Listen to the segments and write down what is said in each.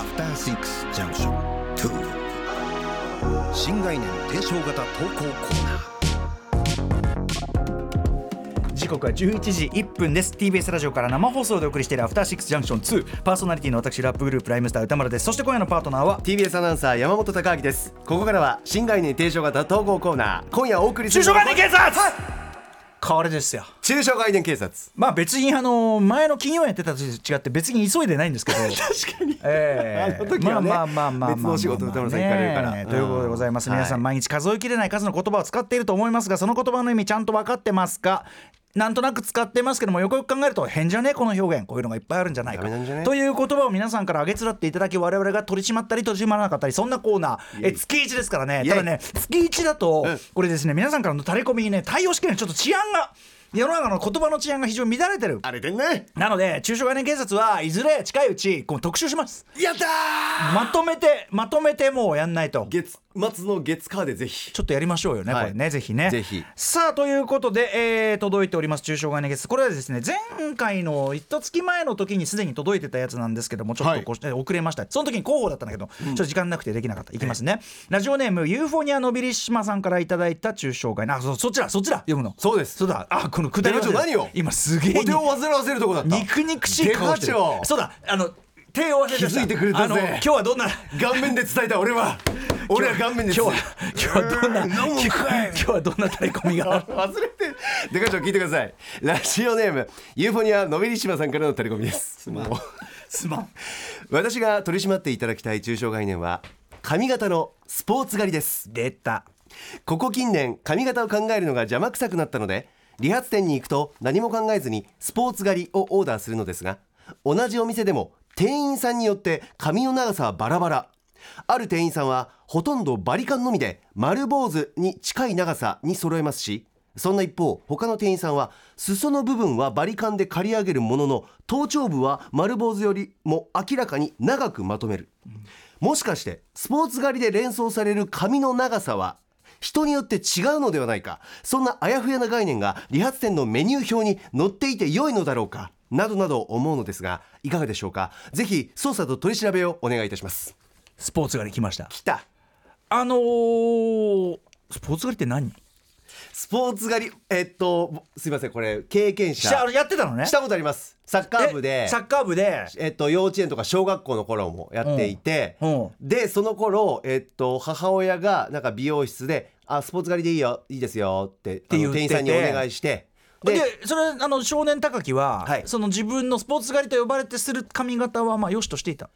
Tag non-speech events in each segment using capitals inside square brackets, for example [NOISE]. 6ジャンクション2新概念提唱型投稿コーナー時刻は11時1分です TBS ラジオから生放送でお送りしているアフターシックスジャンクション2パーソナリティの私ラップグループライムスター歌丸ですそして今夜のパートナーは TBS アナウンサー山本貴明ですここからは新概念提唱型統合コーナー今夜お送りす中小るのは概念警察、これですよ中小概念警察まあ別にあの前の金曜やってたと違って別に急いでないんですけ [LAUGHS] ど確かに、ええあの時はねまあまあまあまあまあまあ別のお仕事歌丸さん行かれるからねえということでございますうん皆さん毎日数えきれない数の言葉を使っていると思いますがその言葉の意味ちゃんと分かってますかなんとなく使ってますけどもよくよく考えると変じゃねえこの表現こういうのがいっぱいあるんじゃないかダメなんじゃねという言葉を皆さんから上げつらっていただき我々が取り締まったり取り締まらなかったりそんなコーナーえ月1ですからねイエイただね月1だとこれですね皆さんからのタレコミにね対応しきれないちょっと治安が世の中の言葉の治安が非常に乱れてる荒れてんねなので中小概念警察はいずれ近いうちこう特集しますやったーまとめてまとめてもうやんないと月末の月火でぜひちょっとやりましょうよね、はいこれねぜひねぜひさあということで、えー届いております中小概念月これはですね前回の一月前の時にすでに届いてたやつなんですけどもちょっとこう、えー遅れましたその時に広報だったんだけど、ちょっと時間なくてできなかったいきますね、ラジオネームユーフォニアのびりしまさんからいただいた中小概念あそそちらそちら読むのそうですそうだあこのくだり忘れた手帳何を今すげえお手を煩わせるとこだった肉肉しい顔してるデカ長そうだあの手を忘れてました気づいてくれたあぜの今日はどんな顔面で伝えた俺は俺は顔面で今日は今日はどんな飲むんか [LAUGHS] い今日はどんなタレコミがある [LAUGHS] 忘れてでかちょ聞いてくださいラジオネームユーフォニアのびりしまさんからのタレコミですもうすまん私が取り締まっていただきたい中小概念は髪型のスポーツ狩りです出たここ近年髪型を考えるのが邪魔くさくなったので理髪店に行くと何も考えずにスポーツ狩りをオーダーするのですが同じお店でも店員さんによって髪の長さはバラバラある店員さんはほとんどバリカンのみで丸坊主に近い長さに揃えますしそんな一方他の店員さんは裾の部分はバリカンで刈り上げるものの頭頂部は丸坊主よりも明らかに長くまとめる、もしかしてスポーツ狩りで連想される髪の長さは人によって違うのではないかそんなあやふやな概念が理髪店のメニュー表に載っていて良いのだろうかなどなど思うのですがいかがでしょうかぜひ捜査と取り調べをお願いいたしますスポーツ狩り来ました来たあのー、スポーツ狩りって何スポーツ狩りえっとすいませんこれ経験者したやってたのねしたことありますサッカー部でえサッカー部でえっと、幼稚園とか小学校の頃もやっていて、うんうんでその頃、えっと母親がなんか美容室で「あスポーツ狩りでいいよいいですよ」ってあの言ってて店員さんにお願いしてでそれあの少年高木は、はいその自分のスポーツ狩りと呼ばれてする髪型はまあ良しとしていた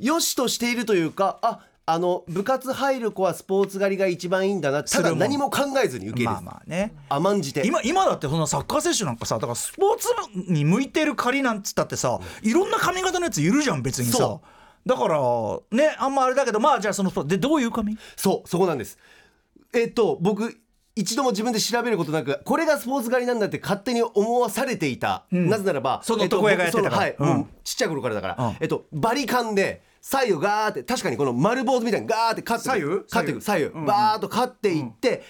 よしとしているというかああの部活入る子はスポーツ狩りが一番いいんだなするたもだん何も考えずに受け入れまあてまあね甘んじて今今だってそんなサッカー選手なんかさだからスポーツに向いてる仮なんつったってさいろんな髪型のやついるじゃん別にさそだからねあんまあれだけどまあじゃあそのスポーツでどういう髪そうそこなんですえっと僕一度も自分で調べることなくこれがスポーツ狩りなんだって勝手に思わされていた、なぜならばそのえっと男親がやってたから僕そのはい、うんもうちっちゃい頃からだから、うんえっと、バリカンで左右ガーって確かにこの丸坊主みたいにガーってカッて左右カッていく左右うんバーっとカッていって、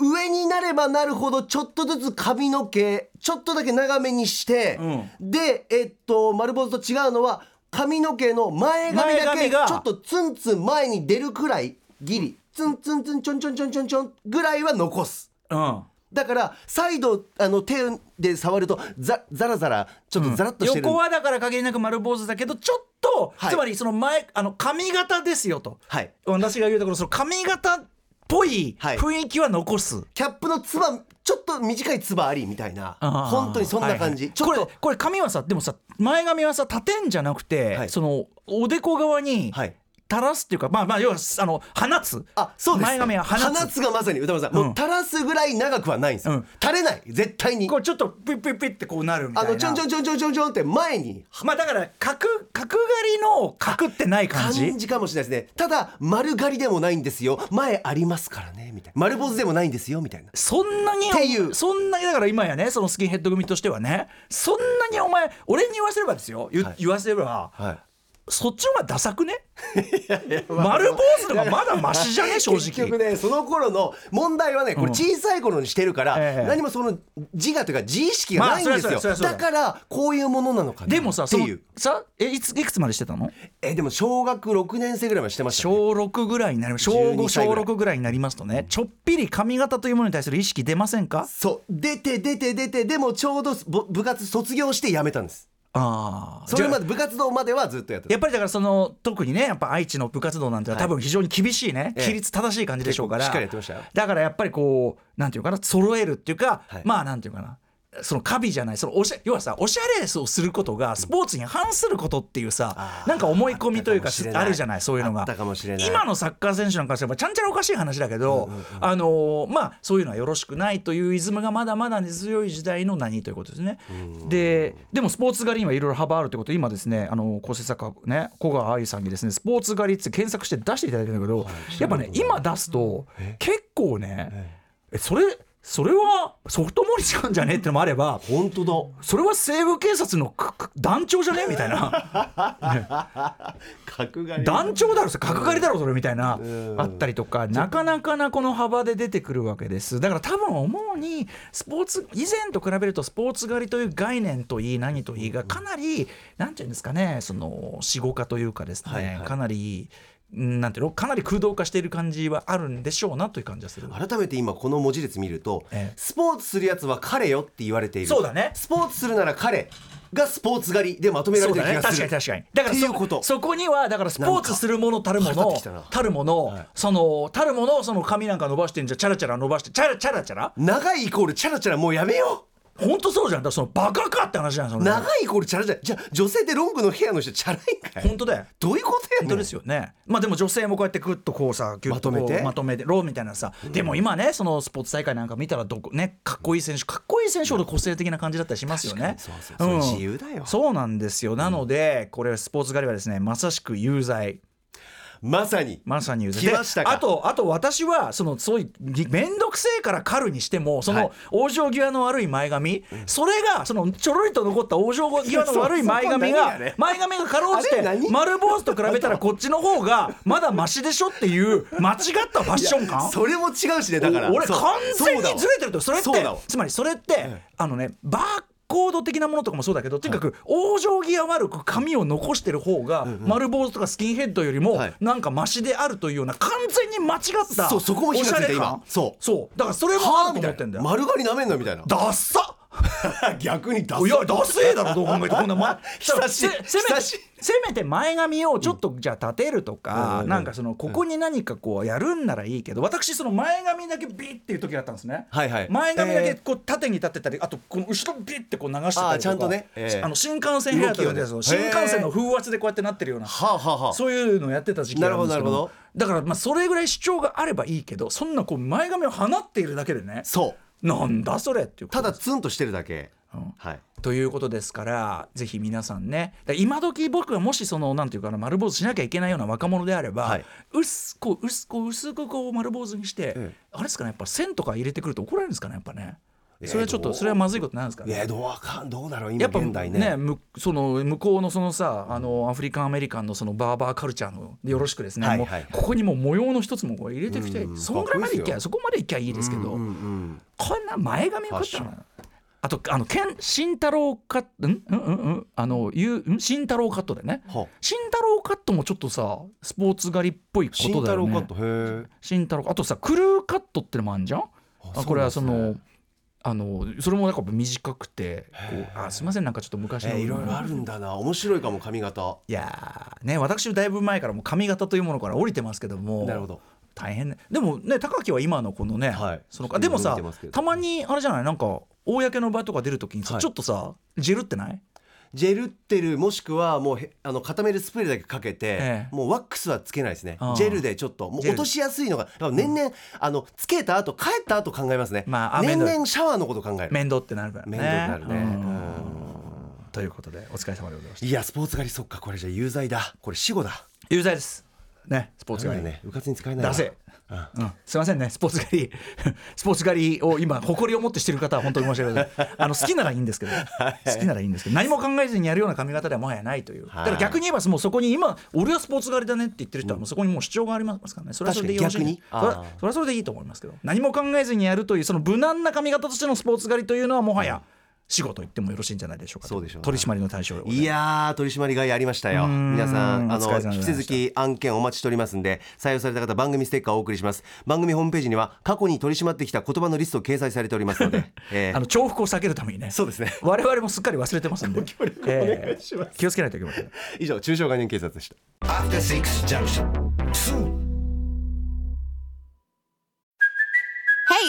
上になればなるほどちょっとずつ髪の毛ちょっとだけ長めにして、で、えっと、丸坊主と違うのは髪の毛の前髪だ前髪けちがょっとツンツン前に出るくらいギリツンツンツンちょんちょんちょんちょんちょんぐらいは残すうんだから再度あの手で触るとザザラザラちょっとザラっとしてる、横はだから限りなく丸坊主だけどちょっと、はいつまりその前あの髪型ですよと、はい私が言うところその髪型っぽいはい雰囲気は残す、キャップのつばちょっと短いつばありみたいなあー本当にそんな感じ、はいはいちょっことれこれ髪はさでもさ前髪はさ縦んじゃなくて、はいそのおでこ側にはい垂らすっていうか、まあまあ要はあの放つあそうです前髪は放つつがまさに歌丸さん、うんもう垂らすぐらい長くはないんですよ、うん垂れない絶対にこれちょっとピッピッピッってこうなるみたあいなのちょんちょんちょんちょんちょんちょんって前にまあだから角角刈りの角ってない感じ感じかもしれないですねただ丸刈りでもないんですよ前ありますからねみたいな丸坊主でもないんですよみたいなそんなにっていうそんなにだから今やねそのスキンヘッド組としてはねそんなにお前俺に言わせればですよ言,、はい言わせれば、はいそっちの方がダサくね丸坊主の方がまだマシじゃね正結局直ねその頃の問題はねこれ小さい頃にしてるから、ええ何もその自我というか自意識がないんですまあよ、そりゃそうだだからこういうものなのかなでもさってそのいうさえいついくつまでしてたのえでも小学6年生ぐらいはしてました、ね、小6ぐらいになります小5 12小歳ぐらい6ぐらいになりますとねちょっぴり髪型というものに対する意識出ませんかそう出て出て出てでもちょうどぼ部活卒業して辞めたんですああそれまで部活動まではずっとやってたやっぱりだからその特にねやっぱ愛知の部活動なんてのはは多い分非常に厳しいね、ええ規律正しい感じでしょうから結構しっかりやってましたよだからやっぱりこうなんていうかな揃えるっていうか、はいまあなんていうかなそのカビじゃないそのおしゃ要はさおしゃれをすることがスポーツに反することっていうさあーなんか思い込みというかあったかもしれあないるじゃないそういうのがあったかもしれない今のサッカー選手なんかすればちゃんちゃらおかしい話だけど、あのーまあそういうのはよろしくないというイズムがまだまだ根強い時代の何ということですね。ででもスポーツ狩りにはいろいろ幅あるということで今ですねあの構成作家ね小川愛さんにですねスポーツ狩りって検索して出していただいてるんだけど、やっぱね今出すと結構ねえそれそれはソフトモリスんじゃねってのもあれば本当だそれは西部警察のくく団長じゃねみたいな。角刈り団長だろそれ角刈りだろそれみたいなあったりとかなかなかなこの幅で出てくるわけですだから多分思うにスポーツ以前と比べるとスポーツ狩りという概念といい何といいがかなりなんていうんですかねその死後化というかですね、はいはいかなりうんなんていうのかなり空洞化している感じはあるんでしょうなという感じがする。改めて今この文字列見ると、ええスポーツするやつは彼よって言われているそうだねスポーツするなら彼がスポーツ狩りでまとめらそれうてだねる気が確すかるに確かにだからっていそうことそこにはだからスポーツするものたるも腹の立ってきたなたるもの、はいそのたるものその髪なんか伸ばしてんじゃチャラチャラ伸ばしてチャラチャラチャラ長いイコールチャラチャラもうやめよ本当そうじゃんだからそのバカかって話じゃんそうの長いイコールチャラチャラじゃあ女性ってロングのヘアの人チャラいんかい本当だよどういうことやねん本当ですよね、まあでも女性もこうやってグッとこうさギュッとこうまとめてまとめてローみたいなさ、でも今ねそのスポーツ大会なんか見たらどこねかっこいい選手かっこいい選手ほど個性的な感じだったりしますよね確かにそうそうそうん自由だよそうなんですよなので、これスポーツ狩りはですねまさしく有罪まさにまさに言う来ましたかあとあと私はそのそういうぎ面倒くせえから狩るにしてもそはのい往生際の悪い前髪、それがそのちょろりと残った往生際の悪い前髪そうそこ何やがね前髪がかろうじあてれ何丸坊主と比べたらこっちの方がまだマシでしょっていう間違ったファッション感それも違うしねだからお俺そう完全にそうだわずれてるとそれってそうだわつまりそれって、あのねバーコード的なものとかもそうだけど、とにかく往生際悪く髪を残してる方が、丸坊主とかスキンヘッドよりも、はいなんかマシであるというような完全に間違ったそうそこも火がついおたしゃれ感今そうそうだからそれもあるはとあみ思たっいてんだなよ、丸刈りなめんなみたいなダッサ逆に出いやダセえだろどう考えてこんな前 [LAUGHS] 久しいせせめ久てしいせめて前髪をちょっとじゃあ立てるとか、うんなんかそのここに何かこうやるんならいいけど私その前髪だけビッっていう時だったんですね、はいはい前髪だけこう縦に立ってたり、あとこの後ろビッってこう流してたりとかあーちゃんとねええあの新幹線ヘアとかで動きをね新幹線の風圧でこうやってなってるようなはあはあはあそういうのやってた時期があるんですけどなるほどなるほどだからまあそれぐらい主張があればいいけどそんなこう前髪を放っているだけでねそうなんだそれっていうことただツンとしてるだけ、はいということですからぜひ皆さんねだから今時僕はもしそのなんていうかな丸坊主しなきゃいけないような若者であれば、は薄いこう薄こう薄くこう丸坊主にして、ええあれですかねやっぱ線とか入れてくると怒られるんですかねやっぱねええそれはちょっどとうそれはまずいことなんですかいねやどうわかんどうだろう今やっぱ現代ねねむその向こうのそのさあのアフリカンアメリカンのそのバーバーカルチャーのよろしくですね、はいもうはいここにもう模様の一つもこう入れてきて、うんそんぐらいまでいきかっこいいですゃよそこまでいきゃいいですけど、うんうんこんな前髪をったファッのあとあのケン慎太郎カットんうんうんうんあのゆうん慎太郎カットだよねはあ慎太郎カットもちょっとさスポーツ狩りっぽいことだよね慎太郎カットへえ慎太郎あとさクルーカットってのもあるじゃんあこれはそそうなのんあのそれもなんか短くてこうあすいませんなんかちょっと昔えのーいろいろあるんだな面白いかも髪型いやーね私だいぶ前からもう髪型というものから降りてますけどもなるほど大変ねでもね高木は今のこのね、はいそのあでも見さてますけどたまにあれじゃないなんか公の場とか出るときにさ、はいちょっとさジェルってないジェルってるもしくはもうへあの固めるスプレーだけかけて、ええもうワックスはつけないですねああジェルでちょっともうジェル落としやすいのがだから年々、あのつけた後帰った後考えますね、まあ雨年の々シャワーのこと考える面倒ってなるからね面倒になるね、うんうんということでお疲れ様でございましたいやスポーツ狩りそっかこれじゃ有罪だこれ死後だ有罪ですねスポーツがね、うかつに使えないわ出せ、うん、すいませんねスポーツ狩り [LAUGHS] スポーツ狩りを今誇りを持ってしてる方は本当に申し訳ないあの好きならいいんですけど、好きならいいんですけど何も考えずにやるような髪型ではもはやないという、はいだから逆に言えばもうそこに今俺はスポーツ狩りだねって言ってる人はもうそこにもう主張がありますからねそれはそれでよろしい確かにそれ逆にはあーそれはそれでいいと思いますけど何も考えずにやるというその無難な髪型としてのスポーツ狩りというのはもはや仕事言ってもよろしいんじゃないでしょうかそうでしょうね取締りの対象でございますいやー取締りがやりましたよ皆さんあお疲れ様でございのまし引きた続き案件お待ちしておりますんで採用された方番組ステッカーをお送りします番組ホームページには過去に取り締まってきた言葉のリストを掲載されております [LAUGHS] ので、えーあの重複を避けるためにねそうですね我々もすっかり忘れてますんでご協力お願いしますええ気をつけないといけません以上中小概念警察でした「アフターシックスジャンクション2」 Hey,